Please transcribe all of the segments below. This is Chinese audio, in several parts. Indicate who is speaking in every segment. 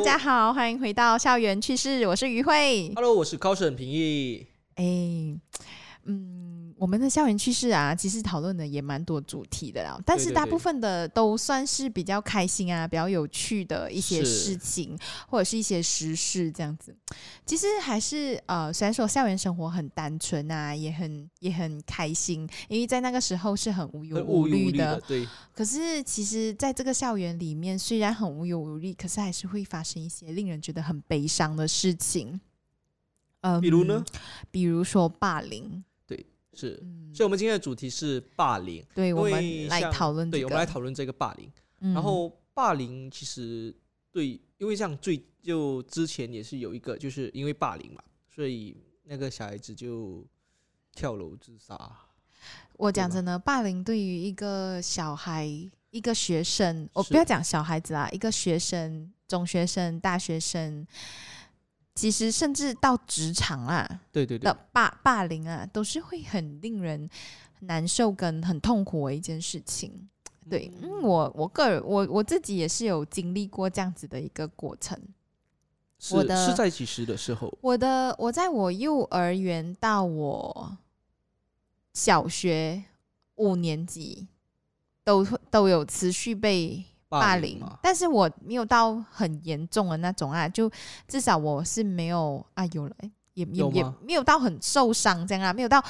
Speaker 1: 家好，欢迎回到校园趣事，我是于慧。
Speaker 2: Hello，我是高沈平义。
Speaker 1: 哎、嗯，我们的校园趣事啊，其实讨论的也蛮多主题的啦，但是
Speaker 2: 对对
Speaker 1: 大
Speaker 2: 对
Speaker 1: 部分的都算是比较开心啊，比较有趣的一些
Speaker 2: 是
Speaker 1: 事情，或者是一些时事这样子。其实还是呃，虽然说校园生活很单纯啊，也很也很开心，因为在那个时候是很无忧
Speaker 2: 很无
Speaker 1: 无
Speaker 2: 忧
Speaker 1: 虑
Speaker 2: 无虑
Speaker 1: 的
Speaker 2: 的，。对，
Speaker 1: 可是，其实在这个校园里面，虽然很无忧无虑，可是还是会发生一些令人觉得很悲伤的事情。呃，
Speaker 2: 比如呢，
Speaker 1: 比如说霸凌。
Speaker 2: 是。
Speaker 1: 嗯，
Speaker 2: 所以，我们今天的主题是霸凌。
Speaker 1: 对，我
Speaker 2: 因
Speaker 1: 们
Speaker 2: 为
Speaker 1: 来
Speaker 2: 像
Speaker 1: 讨嗯论这
Speaker 2: 对，
Speaker 1: 个。
Speaker 2: 我们来讨论这个霸凌。
Speaker 1: 嗯
Speaker 2: 然，后，霸凌其实对，因为像最就之前也是有一个，就是因为霸凌嘛，所以那个小孩子就跳楼自杀。
Speaker 1: 我讲
Speaker 2: 对吧
Speaker 1: 真的，霸凌对于一个小孩、一个学生，我不
Speaker 2: 是
Speaker 1: 要讲小孩子啦，一个学生、中学生、大学生，其实甚至到职场啦，
Speaker 2: 对对对
Speaker 1: 的，霸霸凌啊，都是会很令人难受跟很痛苦的一件事情。对，嗯，我我个人我我自己也是有经历过这样子的一个过程。
Speaker 2: 是
Speaker 1: 我的
Speaker 2: 是在几时的时候？
Speaker 1: 我的我在我幼儿园到我小学五年级都都有持续被霸凌，
Speaker 2: 嘛，
Speaker 1: 但是我没有到很严重的那种啊，就至少我是没有啊，有了也也
Speaker 2: 有
Speaker 1: 也
Speaker 2: 吗
Speaker 1: 没有到很受伤这样啊，没有到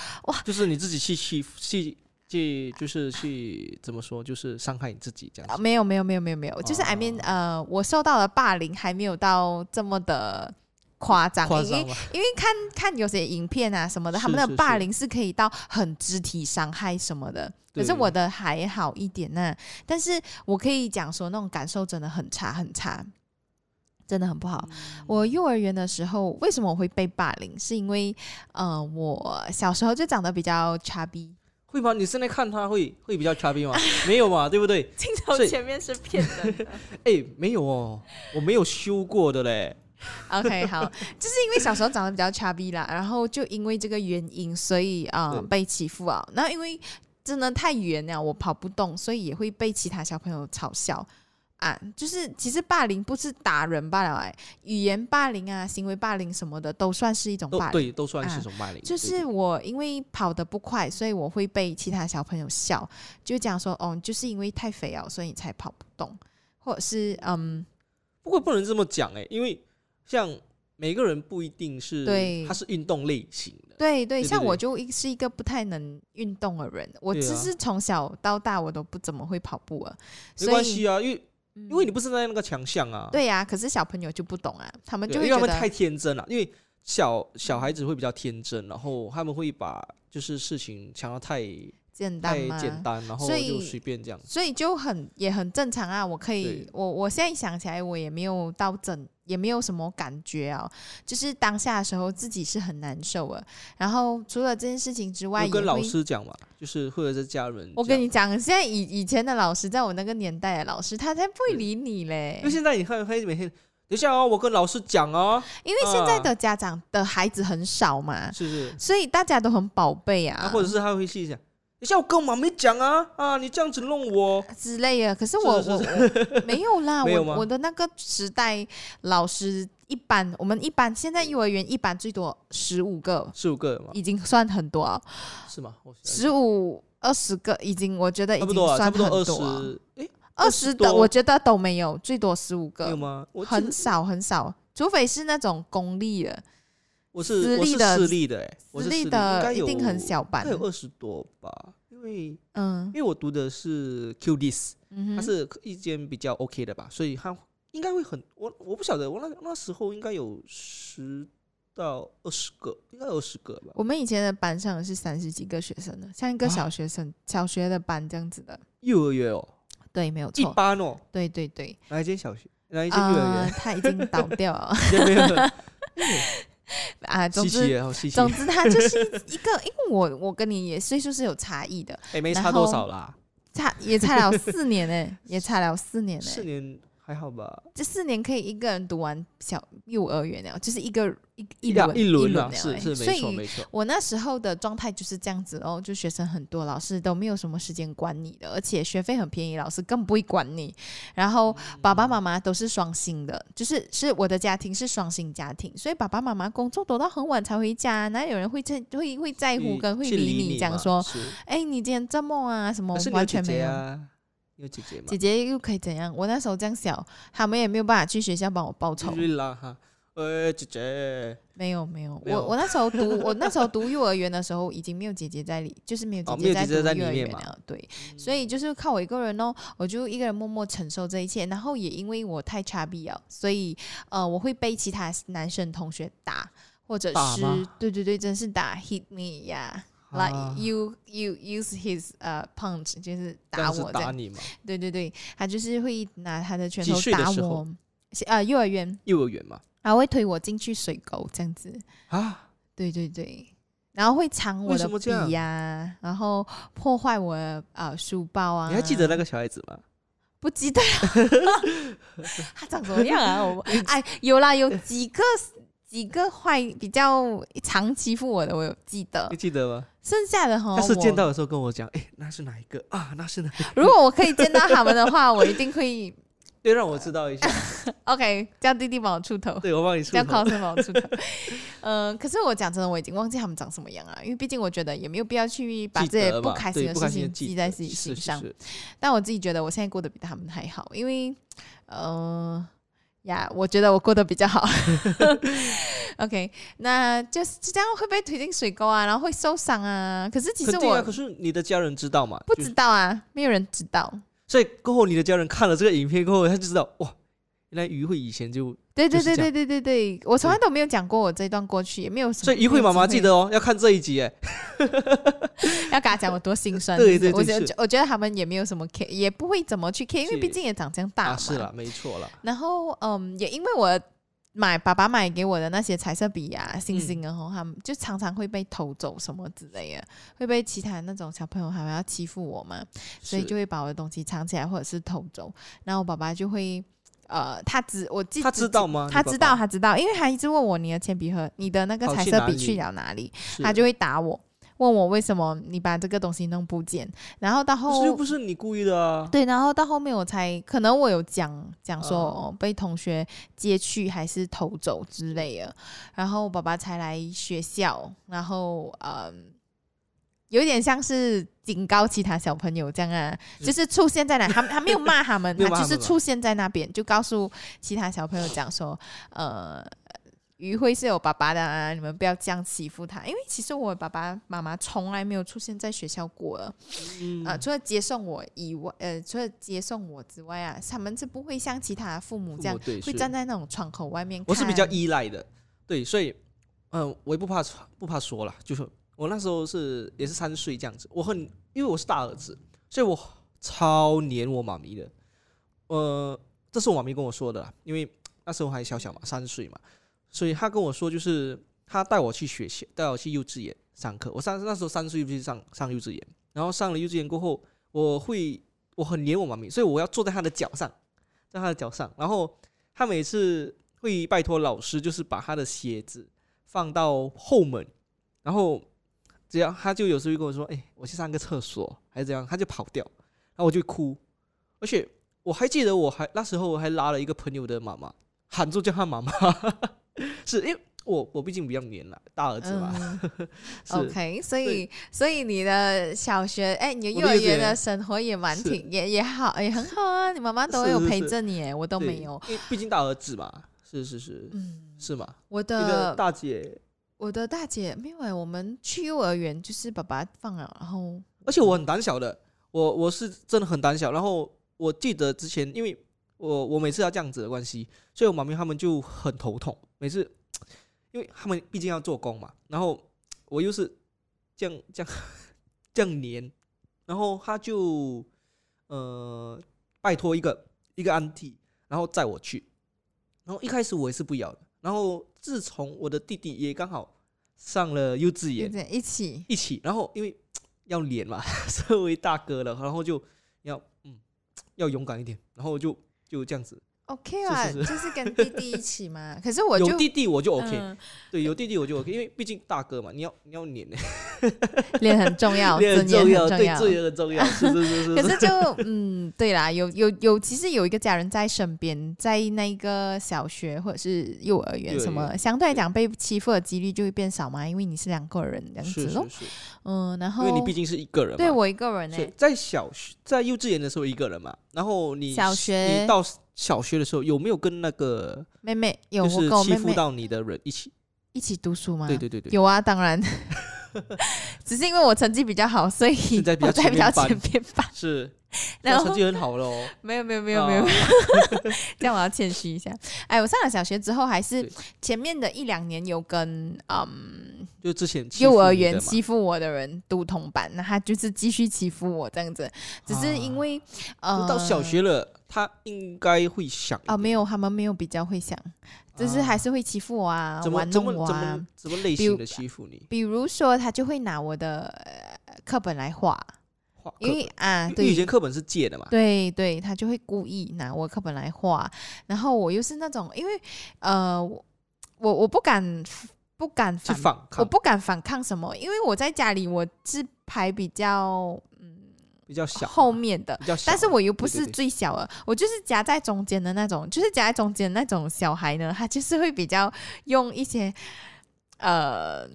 Speaker 2: 就是你自己去欺负去去，就是去怎么说，就是伤害你自己这样
Speaker 1: 啊，
Speaker 2: 子。
Speaker 1: 没有没有没有没有没有，就是 I mean
Speaker 2: 哦
Speaker 1: 呃，我受到的霸凌还没有到这么的夸张，
Speaker 2: 夸
Speaker 1: 因为
Speaker 2: 张吗？
Speaker 1: 因为看看有些影片啊什么的，他
Speaker 2: 是
Speaker 1: 们的
Speaker 2: 是
Speaker 1: 霸
Speaker 2: 是
Speaker 1: 凌是可以到很肢体伤害什么的，可是
Speaker 2: 对
Speaker 1: 我的还好一点呢、但是我可以讲说那种感受真的很差很差，真的很不好。
Speaker 2: 嗯
Speaker 1: 我幼儿园的时候，为什么我会被霸凌？是因为呃，我小时候就长得比较 chubby，
Speaker 2: 会吗？你现在看他会会比较 chubby 吗？ 没有嘛，对不对？
Speaker 1: 镜
Speaker 2: 头所以
Speaker 1: 前面是骗人的。
Speaker 2: 哎，没有哦，我没有修过 的嘞。
Speaker 1: OK，好，就是因为小时候长得比较 chubby 啦，然后就因为这个原因，所以啊、呃
Speaker 2: 对
Speaker 1: 被欺负啊。那因为真的太远了，我跑不动，所以也会被其他小朋友嘲笑啊。就是其实霸凌不是打人罢了、哎，语言霸凌啊、行为霸凌什么的都算是一种
Speaker 2: 都
Speaker 1: 霸凌。
Speaker 2: 对，都算
Speaker 1: 啊
Speaker 2: 是种霸凌。
Speaker 1: 就
Speaker 2: 对
Speaker 1: 是我因为跑得不快，所以我会被其他小朋友笑，就讲说哦，你就是因为太肥了，所以你才跑不动，或者是嗯，
Speaker 2: 不过不能这么讲哎，因为像每个人不一定是，
Speaker 1: 对
Speaker 2: 他是运动类型的。
Speaker 1: 对对，
Speaker 2: 对
Speaker 1: 像
Speaker 2: 对
Speaker 1: 我
Speaker 2: 对
Speaker 1: 就一是一个不太能运动的人，我
Speaker 2: 对
Speaker 1: 只
Speaker 2: 啊
Speaker 1: 是从小到大我都不怎么会跑步啊，
Speaker 2: 没
Speaker 1: 所
Speaker 2: 关
Speaker 1: 以
Speaker 2: 系啊，因为
Speaker 1: 嗯
Speaker 2: 因为你不是在那个强项啊，
Speaker 1: 对呀、可是小朋友就不懂啊，他们
Speaker 2: 对，
Speaker 1: 就会
Speaker 2: 因为
Speaker 1: 觉
Speaker 2: 他们
Speaker 1: 得
Speaker 2: 太天真了，因为小小孩子会比较天真，然后他们会把就是事情想要太
Speaker 1: 简单
Speaker 2: 太
Speaker 1: 嘛，
Speaker 2: 简单，然后
Speaker 1: 所以
Speaker 2: 就随便这样。
Speaker 1: 所以就很也很正常啊。我可以
Speaker 2: 对，
Speaker 1: 我我现在想起来，我也没有到整，也没有什么感觉啊，就是当下的时候自己是很难受的。然后除了这件事情之外，
Speaker 2: 我
Speaker 1: 也
Speaker 2: 跟老
Speaker 1: 会
Speaker 2: 师讲嘛，就是或者是家人。
Speaker 1: 我跟你，讲，现在以以前的老师，在我那个年代的老师，他才不会
Speaker 2: 对
Speaker 1: 理你嘞
Speaker 2: 因为。现在你看，可以每天等一下哦，我跟老师 讲哦，
Speaker 1: 因为现在
Speaker 2: 啊
Speaker 1: 的家长的孩子很少嘛，
Speaker 2: 是不是？
Speaker 1: 所以大家都很宝贝
Speaker 2: 啊，
Speaker 1: 啊，
Speaker 2: 或者是他会去想，等一下我跟我妈咪讲啊啊，你这样子弄我，
Speaker 1: 之类的。可是我
Speaker 2: 是是
Speaker 1: 我我 没有啦，
Speaker 2: 没有
Speaker 1: 我
Speaker 2: 吗
Speaker 1: 我的那个时代老师一般，我们一般现在幼儿园一般最多十五个，
Speaker 2: 十五个人嘛，
Speaker 1: 已经算很多啊，
Speaker 2: 是吗？我想一下
Speaker 1: 十五二十个已经我觉得已
Speaker 2: 差不
Speaker 1: 经
Speaker 2: 多啊，差
Speaker 1: 算
Speaker 2: 不多
Speaker 1: 很
Speaker 2: 二
Speaker 1: 多
Speaker 2: 十，哎，
Speaker 1: 二十
Speaker 2: 20
Speaker 1: 的
Speaker 2: 多
Speaker 1: 我觉得都没有，最多十五
Speaker 2: 没有
Speaker 1: 个，
Speaker 2: 吗？我记
Speaker 1: 很
Speaker 2: 得
Speaker 1: 少很少，除非是那种公立的，
Speaker 2: 我是
Speaker 1: 私
Speaker 2: 我
Speaker 1: 立
Speaker 2: 是
Speaker 1: 的
Speaker 2: 私立的，哎，我
Speaker 1: 私
Speaker 2: 是
Speaker 1: 立
Speaker 2: 应
Speaker 1: 的
Speaker 2: 该
Speaker 1: 一
Speaker 2: 有
Speaker 1: 定很小
Speaker 2: 应
Speaker 1: 版
Speaker 2: 该，有二十多吧，因为。
Speaker 1: 嗯
Speaker 2: 因为我读的是 QDIS，
Speaker 1: 嗯
Speaker 2: 它
Speaker 1: 哼，
Speaker 2: 是一间比较 OK 的吧，所以它应该会很我我不晓得，我那那时候应该有十到二十个，应该有二十个吧。
Speaker 1: 我们以前的班上是三十几个学生的，像一个
Speaker 2: 哇
Speaker 1: 小学生、小学的班这样子的。
Speaker 2: 幼儿园哦，
Speaker 1: 对，没有
Speaker 2: 一
Speaker 1: 错，
Speaker 2: 班哦，
Speaker 1: 对对对。
Speaker 2: 哪一间小学？哪一间幼儿
Speaker 1: 啊，
Speaker 2: 园？
Speaker 1: 他已经倒掉了
Speaker 2: 也没有，
Speaker 1: 啊。总
Speaker 2: 稀奇
Speaker 1: 之，
Speaker 2: 耶，好稀奇，
Speaker 1: 总之，他就是一个，因为我我跟你也岁数是有差异的，
Speaker 2: 哎，没
Speaker 1: 然
Speaker 2: 差多
Speaker 1: 后
Speaker 2: 少啦，
Speaker 1: 差也差了四年呢、也差了四年呢、
Speaker 2: 四年还还好吧，
Speaker 1: 这四年可以一个人读完小幼儿园了，就是一个一一
Speaker 2: 两
Speaker 1: 轮
Speaker 2: 一轮
Speaker 1: 了
Speaker 2: 啊，
Speaker 1: 欸，
Speaker 2: 是是
Speaker 1: 所
Speaker 2: 没错
Speaker 1: 以
Speaker 2: 没错，
Speaker 1: 我那时候的状态就是这样子哦，就学生很多，老师都没有什么时间管你的，而且学费很便宜，老师更不会管你。然
Speaker 2: 嗯
Speaker 1: 后爸爸妈妈都是双薪的，就是是我的家庭是双薪家庭，所以爸爸妈妈工作躲到很晚才回家，哪有人会在会会在乎
Speaker 2: 去
Speaker 1: 跟会
Speaker 2: 去
Speaker 1: 理
Speaker 2: 你
Speaker 1: 讲
Speaker 2: 嘛
Speaker 1: 说，
Speaker 2: 是
Speaker 1: 哎，你今天这么啊什么
Speaker 2: 可是，你有
Speaker 1: 完
Speaker 2: 姐
Speaker 1: 全没
Speaker 2: 姐
Speaker 1: 有。
Speaker 2: 啊，你有姐姐嘛，
Speaker 1: 姐姐又可以怎样？我那时候这样小，他们也没有办法去学校帮我报
Speaker 2: 就
Speaker 1: 仇。
Speaker 2: 是拉哈，呃，姐姐，
Speaker 1: 没有没有，
Speaker 2: 没有
Speaker 1: 我我那时候读我那时候读幼儿园的时候，已经没有姐姐在里，就是没有
Speaker 2: 哦
Speaker 1: 姐
Speaker 2: 没有
Speaker 1: 在
Speaker 2: 姐姐
Speaker 1: 读
Speaker 2: 在里
Speaker 1: 幼儿
Speaker 2: 面
Speaker 1: 园
Speaker 2: 嘛
Speaker 1: 了。对，所以就是靠我一个人哦，我就一个人默默承受这一切。然后也因为我太差逼了，所以呃，我会被其他男生同学打，或者
Speaker 2: 打
Speaker 1: 是
Speaker 2: 吗
Speaker 1: 对对对，真是打 hit me 呀、Like
Speaker 2: 啊
Speaker 1: you you use his 呃、punch，就是
Speaker 2: 这
Speaker 1: 打
Speaker 2: 样子
Speaker 1: 我这
Speaker 2: 打
Speaker 1: 样。
Speaker 2: 你嘛，
Speaker 1: 对对对，他就是会拿他的拳
Speaker 2: 几
Speaker 1: 头
Speaker 2: 岁的
Speaker 1: 打
Speaker 2: 时
Speaker 1: 我
Speaker 2: 候。
Speaker 1: 是呃，幼儿园，
Speaker 2: 幼儿园嘛，
Speaker 1: 然后会推我进去水沟这样子。
Speaker 2: 啊，
Speaker 1: 对对对，然后会藏我
Speaker 2: 为
Speaker 1: 的
Speaker 2: 什么这样
Speaker 1: 笔呀、然后破坏我的呃书包啊。
Speaker 2: 你还记得那
Speaker 1: 个？
Speaker 2: 个小孩子吗？
Speaker 1: 不记得了， 他长什么样啊？我哎，有啦，有几个几个坏比较常欺负我的，我有记得
Speaker 2: 你，记得吗？
Speaker 1: 剩下的哈，
Speaker 2: 下次见
Speaker 1: 我
Speaker 2: 到的时候跟我讲，哎，那是哪一个啊？那是哪一个？
Speaker 1: 如果我可以见到他们的话，我一定会
Speaker 2: 对，让我知道一下，
Speaker 1: OK 叫弟弟帮我出头。
Speaker 2: 对我帮你出
Speaker 1: 不要
Speaker 2: 头
Speaker 1: 靠。什么 出头。嗯，可是我讲真的，我已经忘记他们长什么样了，啊因为毕竟我觉得也没有必要去把
Speaker 2: 记
Speaker 1: 这些
Speaker 2: 得
Speaker 1: 不
Speaker 2: 嘛
Speaker 1: 开
Speaker 2: 对
Speaker 1: 心的
Speaker 2: 不
Speaker 1: 事
Speaker 2: 心
Speaker 1: 情
Speaker 2: 记
Speaker 1: 记在
Speaker 2: 得
Speaker 1: 自己
Speaker 2: 是
Speaker 1: 心
Speaker 2: 是
Speaker 1: 上。
Speaker 2: 是
Speaker 1: 但我自己觉得我现在过得比他们还好，因为，呃，呀，我觉得我过得比较好。OK，那就是就这样会被推进水沟啊，然后会受伤啊。可是其实
Speaker 2: 肯定啊，
Speaker 1: 我
Speaker 2: 可是你的家人知道嘛？
Speaker 1: 不
Speaker 2: 就
Speaker 1: 知道啊，没有人知道。
Speaker 2: 所以过后你的家人看了这个影片过后，他就知道哇，原来于慧以 前就，
Speaker 1: 对对
Speaker 2: 就
Speaker 1: 对
Speaker 2: 是这
Speaker 1: 对
Speaker 2: 样
Speaker 1: 对对对，我从来都没有讲过我这段过去，也没有什么。
Speaker 2: 所以于慧妈妈记得哦， 要看这一集哎，
Speaker 1: 要跟他讲我多心酸。
Speaker 2: 对对
Speaker 1: 我觉
Speaker 2: 对
Speaker 1: 得我觉得他们也没有什么 care，也不会怎么去 care，因为
Speaker 2: 是
Speaker 1: 毕竟也长这样大嘛。
Speaker 2: 啊是啦，没错啦，
Speaker 1: 然后嗯，也因为我买爸爸买给我的那些彩色笔啊、星星
Speaker 2: 嗯
Speaker 1: 啊，吼他们就常常会被偷走什么之类的，会被其他那种小朋友还要欺负我嘛，所以
Speaker 2: 是
Speaker 1: 就会把我的东西藏起来或者是偷走。然后我爸爸就会。呃，他只我记
Speaker 2: 他知道吗？
Speaker 1: 他
Speaker 2: 你爸
Speaker 1: 知
Speaker 2: 爸
Speaker 1: 道，他知道，因为他一直问我你的铅笔盒、你的那个
Speaker 2: 跑
Speaker 1: 彩
Speaker 2: 去
Speaker 1: 色
Speaker 2: 哪
Speaker 1: 笔
Speaker 2: 里
Speaker 1: 去了哪里，
Speaker 2: 是
Speaker 1: 他就会打我，问我为什么你把这个东西弄不见，然后到
Speaker 2: 可是又
Speaker 1: 后
Speaker 2: 不是你故意的啊，
Speaker 1: 哦对，然后到后面我才可能我有讲讲说、
Speaker 2: 啊
Speaker 1: 哦、被同学接去还是偷走之类的，然后我爸爸才来学校，然后嗯。有一点像是警告其他小朋友这样啊，
Speaker 2: 是
Speaker 1: 就是出现在哪，他他没有骂他们，
Speaker 2: 没有
Speaker 1: 他
Speaker 2: 骂
Speaker 1: 就
Speaker 2: 他
Speaker 1: 是
Speaker 2: 们啊
Speaker 1: 出现在那边，就告诉其他小朋友讲说，呃，于慧是有爸爸的啊，你们不要这样欺负他。因为其实我爸爸妈妈从来没有出现在学校过了，
Speaker 2: 嗯
Speaker 1: 啊，除了接送我以外，呃，除了接送我之外啊，他们是不会像其他父母
Speaker 2: 父
Speaker 1: 这样
Speaker 2: 母对
Speaker 1: 会
Speaker 2: 是
Speaker 1: 站在那种窗口外面看。
Speaker 2: 我是比较依赖的，对，所以，嗯、我也不怕不怕说了，就是我那时候是也是三岁这样子，我很因为我是大儿子，所以我超黏我妈咪的，呃，这是我妈咪跟我说的啦，因为那时候还小小嘛，三岁嘛，所以她跟我说就是她带我去学校，带我去幼稚园上课，我上那时候三岁就去上上幼稚园，然后上了幼稚园过后，我会我很黏我妈咪，所以我要坐在她的脚上，在她的脚上，然后她每次会拜托老师，就是把他的鞋子放到后门，然后只要他就有时候会跟我说：“哎、我去上个厕所，还是怎样？”他就跑掉，然后我就哭。而且我还记得，我还那时候我还拉了一个朋友的妈妈，喊住叫他妈妈， 是因为我我毕竟比较黏了，大儿子嘛，
Speaker 1: 嗯
Speaker 2: 是
Speaker 1: ，OK，所以
Speaker 2: 对
Speaker 1: 所以你的小学，哎，你的
Speaker 2: 我
Speaker 1: 幼
Speaker 2: 的
Speaker 1: 儿
Speaker 2: 幼稚
Speaker 1: 园的
Speaker 2: 园
Speaker 1: 生活也蛮
Speaker 2: 是
Speaker 1: 挺，也也好，也很好啊。你妈妈都
Speaker 2: 是
Speaker 1: 有
Speaker 2: 是
Speaker 1: 陪
Speaker 2: 是
Speaker 1: 着你，哎我都
Speaker 2: 嗯对
Speaker 1: 没有。
Speaker 2: 因为毕竟大儿子嘛，是是是
Speaker 1: 嗯，
Speaker 2: 是嘛，
Speaker 1: 我
Speaker 2: 一个
Speaker 1: 的
Speaker 2: 大姐。
Speaker 1: 我的大姐没有哎，我们去幼儿园就是爸爸放了，然后
Speaker 2: 而且我很胆小的，我我是真的很胆小。然后我记得之前，因为我我每次要这样子的关系，所以我妈咪他们就很头痛。每次，因为他们毕竟要做工嘛，然后我又是这样这样这样黏，然后他就呃拜托一个一个安替，然后载我去。然后一开始我也是不要的，然后自从我的弟弟也刚好上了幼稚
Speaker 1: 就
Speaker 2: 园，
Speaker 1: 这样一起。
Speaker 2: 一起，然后因为要脸嘛， 作为大哥了，然后就要嗯要勇敢一点，然后就就这样子，
Speaker 1: OK 啊，
Speaker 2: 是是
Speaker 1: 就是跟弟弟一起嘛。可是我就
Speaker 2: 有弟弟我就 OK，、
Speaker 1: 嗯
Speaker 2: 对，有弟弟我就 OK，因为毕竟大哥嘛，你要你要撵欸，
Speaker 1: 脸很重 要，
Speaker 2: 练
Speaker 1: 尊严
Speaker 2: 重
Speaker 1: 很
Speaker 2: 要，
Speaker 1: 重
Speaker 2: 对，这也很重要，是 是是
Speaker 1: 可
Speaker 2: 是
Speaker 1: 是就嗯，对啦，有有有，其实有一个家人在身边，在那个小学或者是幼儿园
Speaker 2: 幼儿
Speaker 1: 什么，
Speaker 2: 园
Speaker 1: 相对来讲被欺负的几率就会变少嘛，因为你是两个人这样
Speaker 2: 是
Speaker 1: 子
Speaker 2: 是
Speaker 1: 咯。
Speaker 2: 是，
Speaker 1: 嗯，然
Speaker 2: 因
Speaker 1: 后
Speaker 2: 为你毕竟是一个人嘛，
Speaker 1: 对我一个人呢、欸
Speaker 2: 所以在小学在幼稚园的时候一个人嘛，然后你
Speaker 1: 小学
Speaker 2: 你到小学的时候有没有跟那个
Speaker 1: 妹妹有
Speaker 2: 就
Speaker 1: 我
Speaker 2: 是
Speaker 1: 跟我
Speaker 2: 欺
Speaker 1: 妹
Speaker 2: 负
Speaker 1: 妹
Speaker 2: 到你的人一起？
Speaker 1: 一起读书吗？
Speaker 2: 对对对对，
Speaker 1: 有啊，当然。 只是因为我成绩比较好，所以
Speaker 2: 是在比较
Speaker 1: 我在
Speaker 2: 前
Speaker 1: 比
Speaker 2: 面
Speaker 1: 较
Speaker 2: 班
Speaker 1: 前面班。
Speaker 2: 是，
Speaker 1: 然
Speaker 2: 那
Speaker 1: 后
Speaker 2: 成绩很好了哦，
Speaker 1: 没有没有没有没 有，这样我要谦虚一下。哎，我上了小学之后，还是
Speaker 2: 对
Speaker 1: 前面的一两年有跟嗯
Speaker 2: 就之前欺负
Speaker 1: 幼儿
Speaker 2: 你的
Speaker 1: 园
Speaker 2: 嘛
Speaker 1: 欺负我的人读同班，那他就是继续欺负我这样子，只是因为、
Speaker 2: 都
Speaker 1: 呃
Speaker 2: 啊到小学了，他应该会想
Speaker 1: 啊、没
Speaker 2: 有，
Speaker 1: 有他们没有比较会想，只是
Speaker 2: 啊
Speaker 1: 还是会欺负我啊，
Speaker 2: 怎么
Speaker 1: 玩
Speaker 2: 怎
Speaker 1: 弄
Speaker 2: 么
Speaker 1: 我
Speaker 2: 怎
Speaker 1: 啊
Speaker 2: 么。怎么类
Speaker 1: 比如
Speaker 2: 型的欺负你？
Speaker 1: 比如说，他就会拿我的呃课本来画，
Speaker 2: 画课
Speaker 1: 因为啊，
Speaker 2: 本因
Speaker 1: 对，
Speaker 2: 为以前课本是借的嘛，
Speaker 1: 对对，他就会故意拿我课本来画，然后我又是那种，因为呃，我我我不敢不敢
Speaker 2: 去
Speaker 1: 反，
Speaker 2: 反
Speaker 1: 我
Speaker 2: 抗
Speaker 1: 不敢反抗什么，因为我在家里我是排比较嗯
Speaker 2: 比较小，
Speaker 1: 后面的。
Speaker 2: 比较小，
Speaker 1: 但是我又不
Speaker 2: 对对
Speaker 1: 是
Speaker 2: 对
Speaker 1: 最小的，我就是夹在中间的那种，就是夹在中间的那种小孩呢，他就是会比较用一些，呃，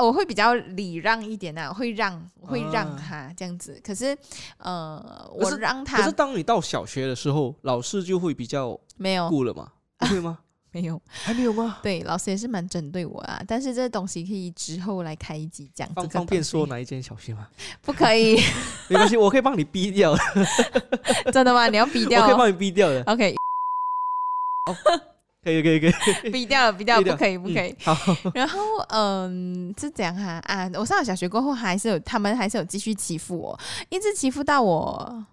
Speaker 1: 我会比较礼让一点啊，会让我会让
Speaker 2: 啊
Speaker 1: 他这样子。可是，呃，
Speaker 2: 可
Speaker 1: 我
Speaker 2: 是
Speaker 1: 让
Speaker 2: 可
Speaker 1: 他
Speaker 2: 是当你到小学的时候，老师就会比较
Speaker 1: 没有
Speaker 2: 顾了嘛，不 会吗？
Speaker 1: 哦没有，
Speaker 2: 还没有吗？
Speaker 1: 对，老师也是蛮针对我啊。但是这东西可以之后来开一集讲这
Speaker 2: 方
Speaker 1: 个
Speaker 2: 方便
Speaker 1: 东西
Speaker 2: 说？哪一间小学吗？
Speaker 1: 不可以，
Speaker 2: 没关系，我可以帮你逼掉，我
Speaker 1: 真的吗？你要 逼掉
Speaker 2: 可以
Speaker 1: 哦、
Speaker 2: 帮你逼掉的，
Speaker 1: OK，
Speaker 2: 可以可 以可以，
Speaker 1: 逼掉了，逼掉了，
Speaker 2: 逼掉
Speaker 1: 不可以，不可以。
Speaker 2: 嗯好，
Speaker 1: 然后，嗯，是怎样哈啊？我上了小学过后，还是有他们还是有继续欺负我，一直欺负到我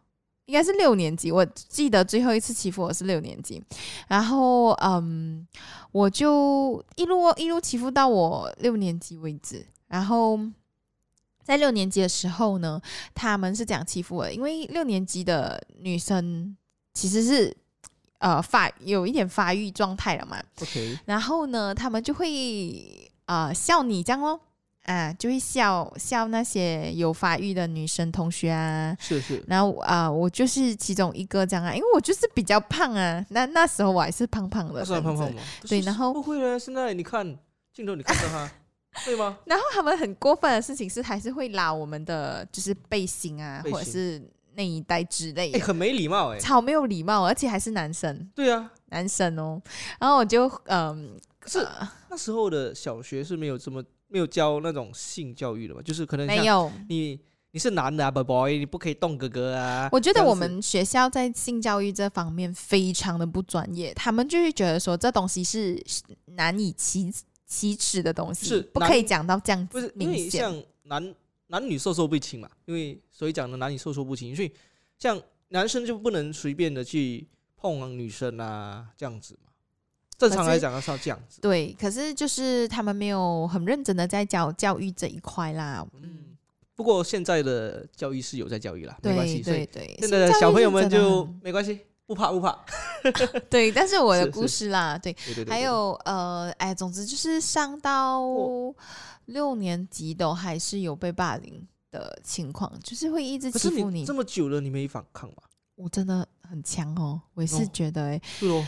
Speaker 1: 应该是六年级。我记得最后一次欺负我是六年级，然后嗯，我就一路一路欺负到我六年级为止。然后在六年级的时候呢，他们是怎样欺负我的？因为六年级的女生其实是呃发有一点发育状态了嘛，
Speaker 2: OK，
Speaker 1: 然后呢，他们就会啊笑你这样咯，啊，就会笑笑那些有发育的女生同学啊。
Speaker 2: 是 是，
Speaker 1: 然后啊、我就是其中一个这样啊，因为我就是比较胖啊，那那时候我还是胖胖的
Speaker 2: 那
Speaker 1: 这
Speaker 2: 是很
Speaker 1: 样子，
Speaker 2: 胖胖吗？
Speaker 1: 对
Speaker 2: 是
Speaker 1: 然后
Speaker 2: 不会了，现在你看镜头，你看 到他，对吗？
Speaker 1: 然后他们很过分的事情是，还是会拉我们的就是背心啊，
Speaker 2: 背
Speaker 1: 或者
Speaker 2: 心
Speaker 1: 是内衣带之类的，
Speaker 2: 哎，很没礼貌哎，
Speaker 1: 超没有礼貌，而且还是男生，
Speaker 2: 对啊，
Speaker 1: 男生哦。然后我就嗯，
Speaker 2: 可是
Speaker 1: 呃
Speaker 2: 那时候的小学是没有这么没有教那种性教育的嘛，就是可能
Speaker 1: 没
Speaker 2: 像
Speaker 1: 有，
Speaker 2: 你你是男的啊，boy boy，你不可以动哥哥 啊。
Speaker 1: 我觉
Speaker 2: 这
Speaker 1: 得
Speaker 2: 样
Speaker 1: 我
Speaker 2: 子
Speaker 1: 们学校在性教育这方面非常的不专业，他们就是觉得说这东西是难以启启齿的东西，
Speaker 2: 是
Speaker 1: 不可以讲到这样
Speaker 2: 不是
Speaker 1: 子
Speaker 2: 因
Speaker 1: 明
Speaker 2: 为
Speaker 1: 显。
Speaker 2: 像男男女授受不亲嘛，因为所以讲的男女授受不亲，所以像男生就不能随便的去碰女生啊，这样子嘛。正常
Speaker 1: 可是
Speaker 2: 来讲的是要这样子，
Speaker 1: 对，可是就是他们没有很认真的在教教育这一块啦。嗯
Speaker 2: 嗯，。不过现在的教育是有在教育啦，没关
Speaker 1: 对
Speaker 2: 系，所以
Speaker 1: 对对，
Speaker 2: 现在的
Speaker 1: 性教育
Speaker 2: 小朋友
Speaker 1: 是
Speaker 2: 们
Speaker 1: 真的
Speaker 2: 就
Speaker 1: 很
Speaker 2: 没关系，不怕不怕。
Speaker 1: 对，但是我的
Speaker 2: 是
Speaker 1: 故
Speaker 2: 是
Speaker 1: 事啦，对，
Speaker 2: 对对对，
Speaker 1: 还有呃，哎，总之就是上到
Speaker 2: 我
Speaker 1: 六年级都还是有被霸凌的情况，就是会一直
Speaker 2: 对对
Speaker 1: 欺
Speaker 2: 可是
Speaker 1: 负
Speaker 2: 你这么久了，你没反抗嘛？
Speaker 1: 我真的很强哦，我也是
Speaker 2: 哦
Speaker 1: 觉得、欸，
Speaker 2: 对咯，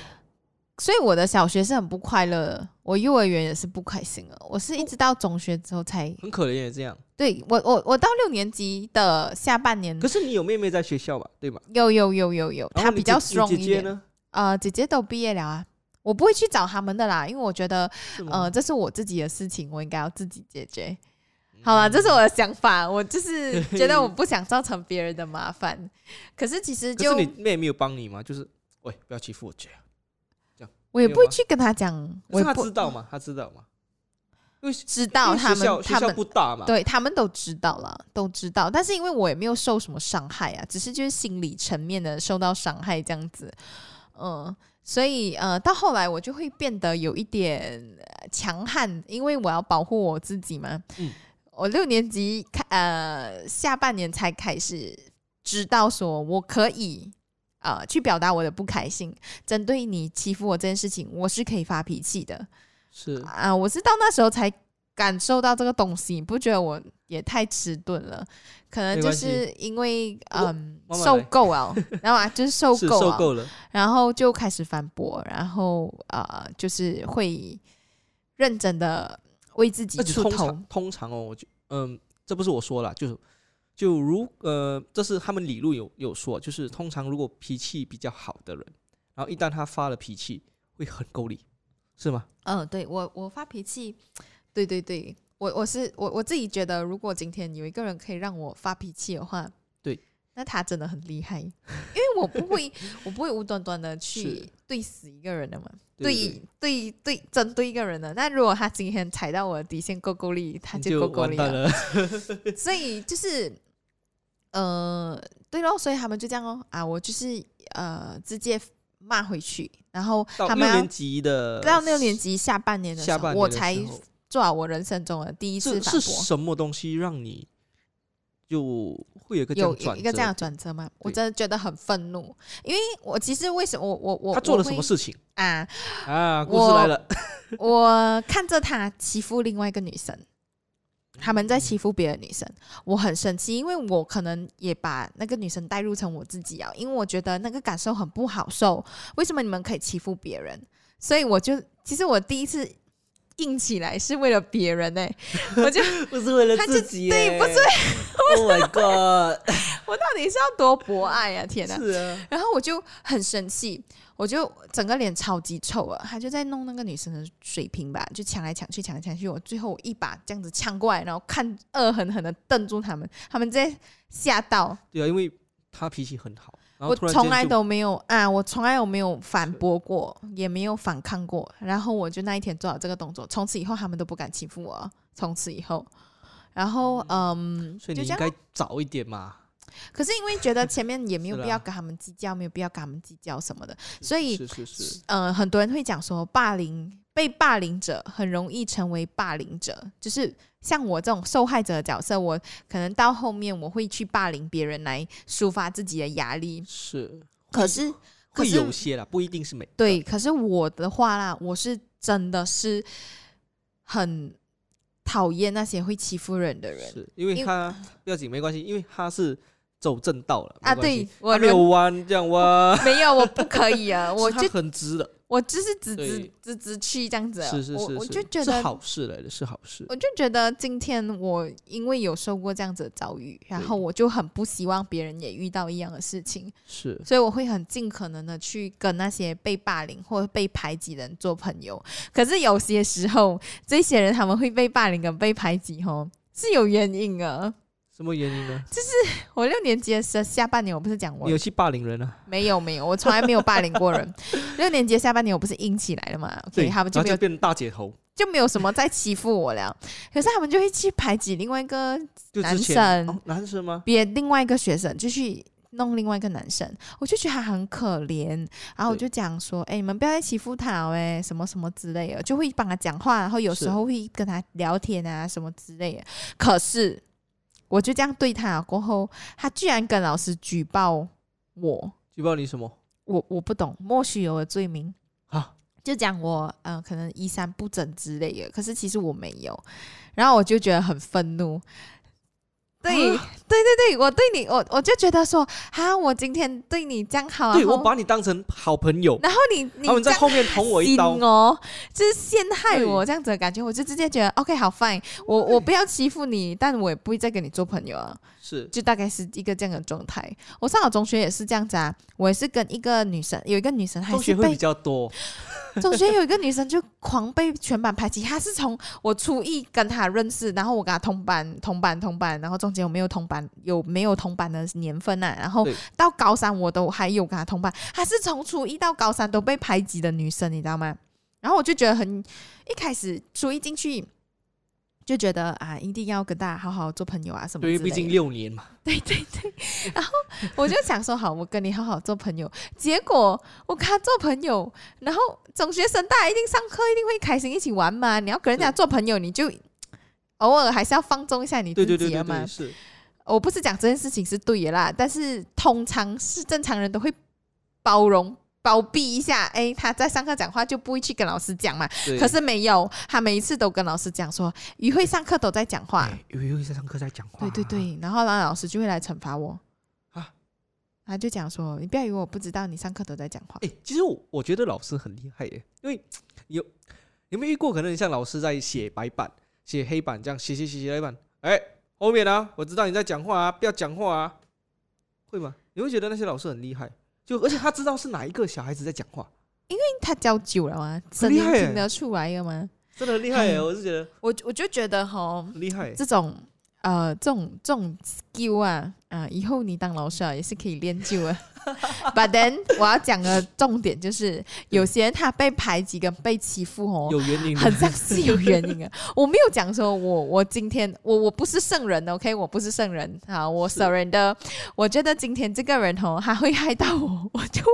Speaker 1: 所以我的小学是很不快乐的，我幼儿园也是不开心的，我是一直到中学之后才，
Speaker 2: 很可怜也这样。
Speaker 1: 对我我我到六年级的下半年
Speaker 2: 可，是你有妹妹在学校嘛，对吧？
Speaker 1: 有有有有有，
Speaker 2: 然
Speaker 1: 她
Speaker 2: 后你
Speaker 1: 比较
Speaker 2: 姐你
Speaker 1: strong 一
Speaker 2: 姐姐
Speaker 1: 点，
Speaker 2: 呢？
Speaker 1: 呃，姐姐都毕业了啊。我不会去找他们的啦，因为我觉得，
Speaker 2: 是吗
Speaker 1: 呃，这是我自己的事情，我应该要自己解决。
Speaker 2: 嗯
Speaker 1: 好啦，这是我的想法，我就是觉得我不想造成别人的麻烦。可是其实
Speaker 2: 可
Speaker 1: 就是
Speaker 2: 你妹没有帮你吗？就是，喂，不要欺负我姐。
Speaker 1: 我也
Speaker 2: 没有
Speaker 1: 不会
Speaker 2: 吗
Speaker 1: 去跟他讲，我也
Speaker 2: 可是他
Speaker 1: 不
Speaker 2: 知道嘛？他知道嘛？因为
Speaker 1: 知
Speaker 2: 因
Speaker 1: 道
Speaker 2: 为
Speaker 1: 他
Speaker 2: 学校
Speaker 1: 们
Speaker 2: 学
Speaker 1: 他
Speaker 2: 校
Speaker 1: 们
Speaker 2: 不大嘛，
Speaker 1: 对他们都知道了，都知道。但是因为我也没有受什么伤害啊，只是就是心理层面的受到伤害这样子。嗯，所以呃，到后来我就会变得有一点呃强悍，因为我要保护我自己嘛。
Speaker 2: 嗯
Speaker 1: 我六年级开呃下半年才开始知道说我可以呃去表达我的不开心，针对你欺负我这件事情，我是可以发脾气的
Speaker 2: 是
Speaker 1: 啊、我是到那时候才感受到这个东西，你不觉得我也太迟钝了？可能
Speaker 2: 没
Speaker 1: 就
Speaker 2: 关系
Speaker 1: 是因为
Speaker 2: 我
Speaker 1: 嗯
Speaker 2: 慢慢
Speaker 1: 受
Speaker 2: 来
Speaker 1: 够 了，然后啊就是受
Speaker 2: 是
Speaker 1: 够
Speaker 2: 受
Speaker 1: 了，
Speaker 2: 够了，
Speaker 1: 然后就开始反驳，然后呃，就是会认真的为自己
Speaker 2: 那就
Speaker 1: 出
Speaker 2: 通
Speaker 1: 头
Speaker 2: 常。通常哦，我就嗯，这不是我说了，就是就如呃，这是他们理论有有说，就是通常如果脾气比较好的人，然后一旦他发了脾气，会很够力，是吗？
Speaker 1: 嗯，对我我发脾气，对对对，我我是我我自己觉得，如果今天有一个人可以让我发脾气的话，
Speaker 2: 对，
Speaker 1: 那他真的很厉害，因为我不会我不会无端端的去
Speaker 2: 是
Speaker 1: 对死一个人的嘛，
Speaker 2: 对
Speaker 1: 对对针对一个人的，那如果他今天踩到我的底线够够力，他
Speaker 2: 你就
Speaker 1: 够够
Speaker 2: 完
Speaker 1: 力
Speaker 2: 蛋
Speaker 1: 了。
Speaker 2: 了，
Speaker 1: 所以就是，呃，对咯，所以他们就这样哦啊，我就是呃直接骂回去，然后
Speaker 2: 到
Speaker 1: 他
Speaker 2: 六
Speaker 1: 们
Speaker 2: 年
Speaker 1: 要
Speaker 2: 级的
Speaker 1: 到六年级下半年的时
Speaker 2: 呃下
Speaker 1: 候，
Speaker 2: 半年
Speaker 1: 我
Speaker 2: 的
Speaker 1: 才
Speaker 2: 时候
Speaker 1: 做好我人生中的第一次
Speaker 2: 是
Speaker 1: 反
Speaker 2: 是
Speaker 1: 驳。
Speaker 2: 什么东西让你就会有一个这
Speaker 1: 有
Speaker 2: 样
Speaker 1: 有
Speaker 2: 转
Speaker 1: 一个
Speaker 2: 折
Speaker 1: 这样的
Speaker 2: 点
Speaker 1: 转折嘛，我
Speaker 2: 对
Speaker 1: 真的觉得很愤怒，因为我其实为什么我我我
Speaker 2: 他做了
Speaker 1: 我
Speaker 2: 什么
Speaker 1: 会
Speaker 2: 事情
Speaker 1: 啊？
Speaker 2: 啊？故事
Speaker 1: 我
Speaker 2: 来了，
Speaker 1: 我看着他欺负另外一个女生，他们在欺负别的女生，我很生气，因为我可能也把那个女生带入成我自己啊，因为我觉得那个感受很不好受。为什么你们可以欺负别人？所以我就其实我第一次硬起来是为了别人呢、我就
Speaker 2: 不是为了
Speaker 1: 他就
Speaker 2: 自己耶，
Speaker 1: 对不是
Speaker 2: Oh my god！
Speaker 1: 我到底是要多博爱啊！天哪！
Speaker 2: 是啊，
Speaker 1: 然后我就很生气，我就整个脸超级臭了。他就在弄那个女生的水瓶吧，就抢来抢去，抢来抢去。我最后我一把这样子抢过来，然后看恶狠狠的瞪住他们，他们在吓到。
Speaker 2: 对啊，因为他脾气很好，然后
Speaker 1: 我
Speaker 2: 突然
Speaker 1: 从
Speaker 2: 间
Speaker 1: 来
Speaker 2: 就
Speaker 1: 都没有啊，我从来有没有反驳过，也没有反抗过。然后我就那一天做了这个动作，从此以后他们都不敢欺负我了。从此以后，然后嗯，
Speaker 2: 所以
Speaker 1: 就
Speaker 2: 你
Speaker 1: 这样
Speaker 2: 应该早一点嘛。
Speaker 1: 可是因为觉得前面也没有
Speaker 2: 是啦啊
Speaker 1: 必要跟他们计较，没有必要跟他们计较什么的，所以
Speaker 2: 是是是，
Speaker 1: 呃，很多人会讲说，霸凌被霸凌者很容易成为霸凌者，就是像我这种受害者的角色，我可能到后面我会去霸凌别人来抒发自己的压力。
Speaker 2: 是
Speaker 1: 可是，可
Speaker 2: 会
Speaker 1: 是
Speaker 2: 有些啦，不一定是每个
Speaker 1: 对，可是我的话啦，我是真的是很讨厌那些会欺负人的人
Speaker 2: 是因为
Speaker 1: 因为
Speaker 2: 他不要紧，没关系，因为他是走正道了
Speaker 1: 啊！
Speaker 2: 没关系
Speaker 1: 对我
Speaker 2: 他没
Speaker 1: 人
Speaker 2: 有弯这样弯，
Speaker 1: 啊没有，我不可以 啊！我
Speaker 2: 是他
Speaker 1: 就
Speaker 2: 很直的，
Speaker 1: 我就是直直
Speaker 2: 对
Speaker 1: 直直去这样子啊，
Speaker 2: 是是是
Speaker 1: 我我
Speaker 2: 是
Speaker 1: 就觉
Speaker 2: 是
Speaker 1: 得
Speaker 2: 好事来的，是好事。
Speaker 1: 我就觉得今天我因为有受过这样子的遭遇，然后我就很不希望别人也遇到一样的事情，
Speaker 2: 是
Speaker 1: 所以我会很尽可能的去跟那些被霸凌或被排挤的人做朋友。可是有些时候，这些人他们会被霸凌跟被排挤，吼。是有原因的。
Speaker 2: 什么原因呢？
Speaker 1: 我六年级的时候下半年，我不是讲我
Speaker 2: 你有去霸凌人啊？
Speaker 1: 没有没有，我从来没有霸凌过 人。六年级的下半年我不是硬起来了嘛？OK，
Speaker 2: 对，
Speaker 1: 他们就
Speaker 2: 然后
Speaker 1: 没有
Speaker 2: 就变大姐头，
Speaker 1: 就没有什么在欺负我了。可是他们就会去排挤另外一个
Speaker 2: 就
Speaker 1: 男
Speaker 2: 之前
Speaker 1: 生
Speaker 2: 哦男生吗？
Speaker 1: 别另外一个学生就去弄另外一个男生，我就觉得他很可怜，然后我
Speaker 2: 对
Speaker 1: 就讲说，哎、你们不要再欺负他哦，哎，什么什么之类的，就会帮他讲话，然后有时
Speaker 2: 是
Speaker 1: 候会跟他聊天啊，什么之类的。可是我就这样对他过后，他居然跟老师举报我，
Speaker 2: 举报你什么
Speaker 1: 我我不懂，莫须有的罪名。
Speaker 2: 啊？
Speaker 1: 就讲我呃可能衣衫不整之类的，可是其实我没有，然后我就觉得很愤怒。对、
Speaker 2: 啊
Speaker 1: 对对对，我对你，我我就觉得说，哈，我今天对你这样好，
Speaker 2: 对
Speaker 1: 然后
Speaker 2: 我把你当成好朋友，
Speaker 1: 然后你你
Speaker 2: 他们
Speaker 1: 这
Speaker 2: 在
Speaker 1: 样
Speaker 2: 后面捅我一刀
Speaker 1: 心，哦，就是陷害
Speaker 2: 对
Speaker 1: 我这样子的感觉，我就直接觉得 OK 好 fine，我我不要欺负你，但我也不会再跟你做朋友啊了。
Speaker 2: 是
Speaker 1: 就大概是一个这样的状态。我上好中学也是这样子啊，我也是跟一个女生，有一个女生还
Speaker 2: 中
Speaker 1: 是
Speaker 2: 学会比
Speaker 1: 被
Speaker 2: 较多，
Speaker 1: 中学有一个女生就狂被全班排挤，她是从我初一跟她认识，然后我跟她同班、同班、同班，然后中间有没有同班，有没有同班的年份呐、啊？然后
Speaker 2: 对
Speaker 1: 到高三我都还有跟她同班，她是从初一到高三都被排挤的女生，你知道吗？然后我就觉得很，一开始初一进去就觉得啊，一定要跟大家好好做朋友啊什么
Speaker 2: 对，
Speaker 1: 之
Speaker 2: 因为
Speaker 1: 类的。
Speaker 2: 毕竟六年嘛，
Speaker 1: 对对对，然后我就想说好，我跟你好好做朋友。结果我跟他做朋友，然后中学生大家一定上课一定会开心一起玩嘛。你要跟人家做朋友，你就偶尔还是要放纵一下你
Speaker 2: 对
Speaker 1: 自
Speaker 2: 对对
Speaker 1: 己
Speaker 2: 对
Speaker 1: 的嘛
Speaker 2: 对。是，
Speaker 1: 我不是讲这件事情是对的啦，但是通常是正常人都会包容。包庇一下，哎，他在上课讲话就不会去跟老师讲嘛。
Speaker 2: 对，
Speaker 1: 可是没有，他每一次都跟老师讲说，于会上课都在讲话。
Speaker 2: 哎，因为在上课在讲话，
Speaker 1: 对对，对，然后呢，老师就会来惩罚我
Speaker 2: 啊，
Speaker 1: 他就讲说，你不要以为我不知道你上课都在讲话。
Speaker 2: 哎，其实我我觉得老师很厉害耶，因为有有没有遇过可能像老师在写白板、写黑板这样写写写写黑板，哎，后面啊，我知道你在讲话啊，不要讲话啊，会吗？你会觉得那些老师很厉害，就而且他知道是哪一个小孩子在讲话，
Speaker 1: 他教久了吗？声
Speaker 2: 厉
Speaker 1: 音
Speaker 2: 害耶
Speaker 1: 听得出来了吗？
Speaker 2: 真的很厉害耶，
Speaker 1: 嗯
Speaker 2: 我是觉得
Speaker 1: 我我就觉得哈，
Speaker 2: 很厉害耶。
Speaker 1: 这种呃，这种这种 skill 啊，啊、以后你当老师啊也是可以练就 啊。But then 我要讲的重点就是，有些人他被排挤跟被欺负哦，
Speaker 2: 有原因的，
Speaker 1: 很像 是有原因的。我没有讲说我我今天我我不是圣人，OK，我不是圣人啊，我 surrender。我觉得今天这个人哦，他会害到我，我就会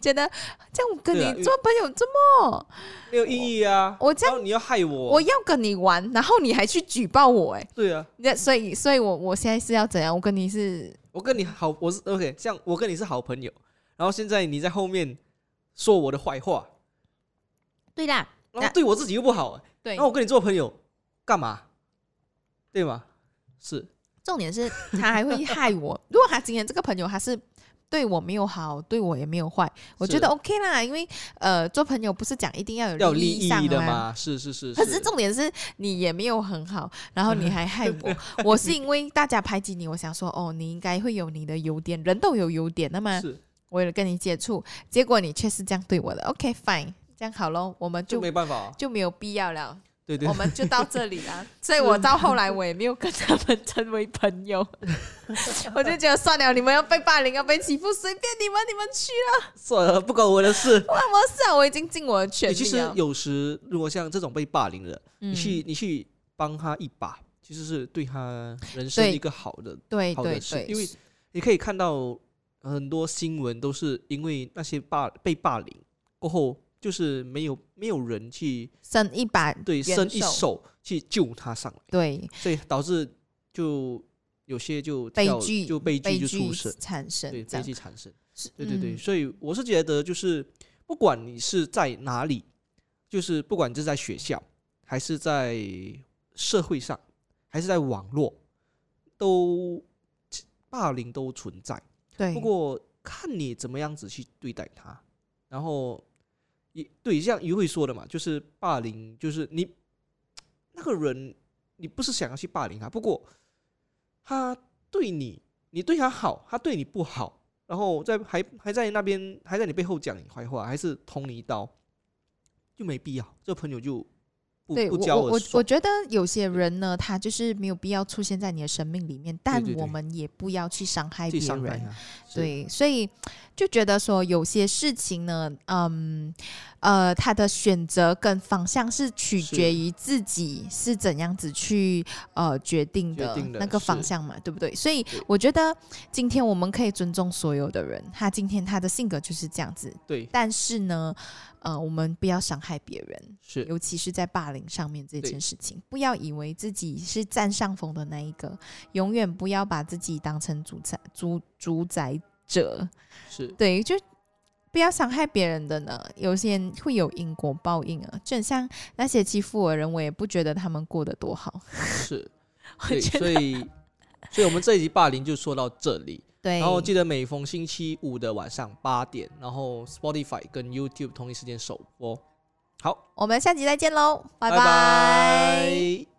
Speaker 1: 觉得这样我跟你
Speaker 2: 对啊因为
Speaker 1: 做朋友这么，
Speaker 2: 没有意义啊。
Speaker 1: 我这
Speaker 2: 然
Speaker 1: 样
Speaker 2: 后你要害我，
Speaker 1: 我要跟你玩，然后你还去举报我，哎，
Speaker 2: 对啊，
Speaker 1: 那所以所以我我现在是要怎样？我跟你是
Speaker 2: 我跟你好，我是 OK，像我跟你是好朋友，然后现在你在后面说我的坏话，
Speaker 1: 对啦，
Speaker 2: 然后对我自己又不好、
Speaker 1: 对
Speaker 2: 然后我跟你做朋友干嘛？对吗？是，
Speaker 1: 重点是他还会害我。如果他今天这个朋友他是对我没有好，对我也没有坏，我
Speaker 2: 是
Speaker 1: 觉得 OK 啦，因为呃，做朋友不是讲一定要
Speaker 2: 要有
Speaker 1: 有
Speaker 2: 利
Speaker 1: 益上
Speaker 2: 益的
Speaker 1: 嘛。
Speaker 2: 嘛？是是是，
Speaker 1: 可是重点是你也没有很好，然后你 还害我。我是因为大家排挤你，我想说哦，你应该会有你的优点，人都有优点的嘛。
Speaker 2: 是，
Speaker 1: 为了跟你接触，结果你却是这样对我的。OK fine，这样好咯，我们
Speaker 2: 就
Speaker 1: 就
Speaker 2: 没办法、啊，
Speaker 1: 就没有必要了。
Speaker 2: 对对
Speaker 1: 我们就到这里 啦。所以我到后来我也没有跟他们成为朋 友，我就觉得算了，你们要被霸凌，要被欺负，随便你们，你们去啦，
Speaker 2: 算了，不关我的事。
Speaker 1: 关 我事啊！我已经尽我的全
Speaker 2: 你
Speaker 1: 力
Speaker 2: 其实
Speaker 1: 了。
Speaker 2: 有时如果像这种被霸凌的人，
Speaker 1: 嗯
Speaker 2: 你去你去帮他一把，其实是对他人生
Speaker 1: 对
Speaker 2: 一个好的
Speaker 1: 对
Speaker 2: 好
Speaker 1: 对
Speaker 2: 的事，
Speaker 1: 对，
Speaker 2: 因为你可以看到很多新闻都是因为那些霸被霸凌过后，就是没有没有人去
Speaker 1: 伸一把
Speaker 2: 对
Speaker 1: 援
Speaker 2: 伸一
Speaker 1: 手，
Speaker 2: 手去救他上来，
Speaker 1: 对
Speaker 2: 所以导致就有些就
Speaker 1: 悲
Speaker 2: 跳
Speaker 1: 剧
Speaker 2: 就悲
Speaker 1: 悲
Speaker 2: 剧就
Speaker 1: 剧
Speaker 2: 出生，
Speaker 1: 产生
Speaker 2: 对
Speaker 1: 这
Speaker 2: 悲
Speaker 1: 样
Speaker 2: 剧产生，
Speaker 1: 是
Speaker 2: 对对对，
Speaker 1: 嗯
Speaker 2: 所以我是觉得就是不管你是在哪里，就是不管你是在学校还是在社会上还是在网络，都霸凌都存在。
Speaker 1: 对，
Speaker 2: 不过看你怎么样子去对待他，然后也对，像于慧说的嘛，就是霸凌，就是你那个人，你不是想要去霸凌他，不过他对你，你对他好，他对你不好，然后在还还在那边还在你背后讲你坏话，还是捅你一刀，就没必要，这朋友就不
Speaker 1: 对
Speaker 2: 不
Speaker 1: 我
Speaker 2: 交
Speaker 1: 我
Speaker 2: 而
Speaker 1: 我我
Speaker 2: 爽。
Speaker 1: 觉得有些人呢，他就是没有必要出现在你的生命里面，但
Speaker 2: 对对
Speaker 1: 我们也不要去伤害
Speaker 2: 去
Speaker 1: 别
Speaker 2: 伤害
Speaker 1: 人。
Speaker 2: 他，是，
Speaker 1: 对，所以就觉得说有些事情呢，嗯，呃，他的选择跟方向是取
Speaker 2: 是
Speaker 1: 决于自己是怎样子去呃决定
Speaker 2: 决
Speaker 1: 的
Speaker 2: 定的
Speaker 1: 那个方
Speaker 2: 是
Speaker 1: 向嘛，对不对？所以
Speaker 2: 对
Speaker 1: 我觉得今天我们可以尊重所有的人，他今天他的性格就是这样子，
Speaker 2: 对
Speaker 1: 但是呢，呃，我们不要伤害别人。
Speaker 2: 是
Speaker 1: 尤其是在霸凌上面这
Speaker 2: 对
Speaker 1: 件事情，不要以为自己是占上风的那一个，永远不要把自己当成主宰主主宰者，
Speaker 2: 是，
Speaker 1: 对，就不要伤害别人的呢。有些人会有因果报应啊，就很像那些欺负我的人，我也不觉得他们过得多好。
Speaker 2: 是，
Speaker 1: 我
Speaker 2: 对，
Speaker 1: 觉
Speaker 2: 所
Speaker 1: 得
Speaker 2: 以，所以我们这一集霸凌就说到这里。
Speaker 1: 对，
Speaker 2: 然后记得每逢星期五的晚上八点，然后 Spotify 跟 YouTube 同一时间首播。好，
Speaker 1: 我们下集再见喽，拜
Speaker 2: 拜拜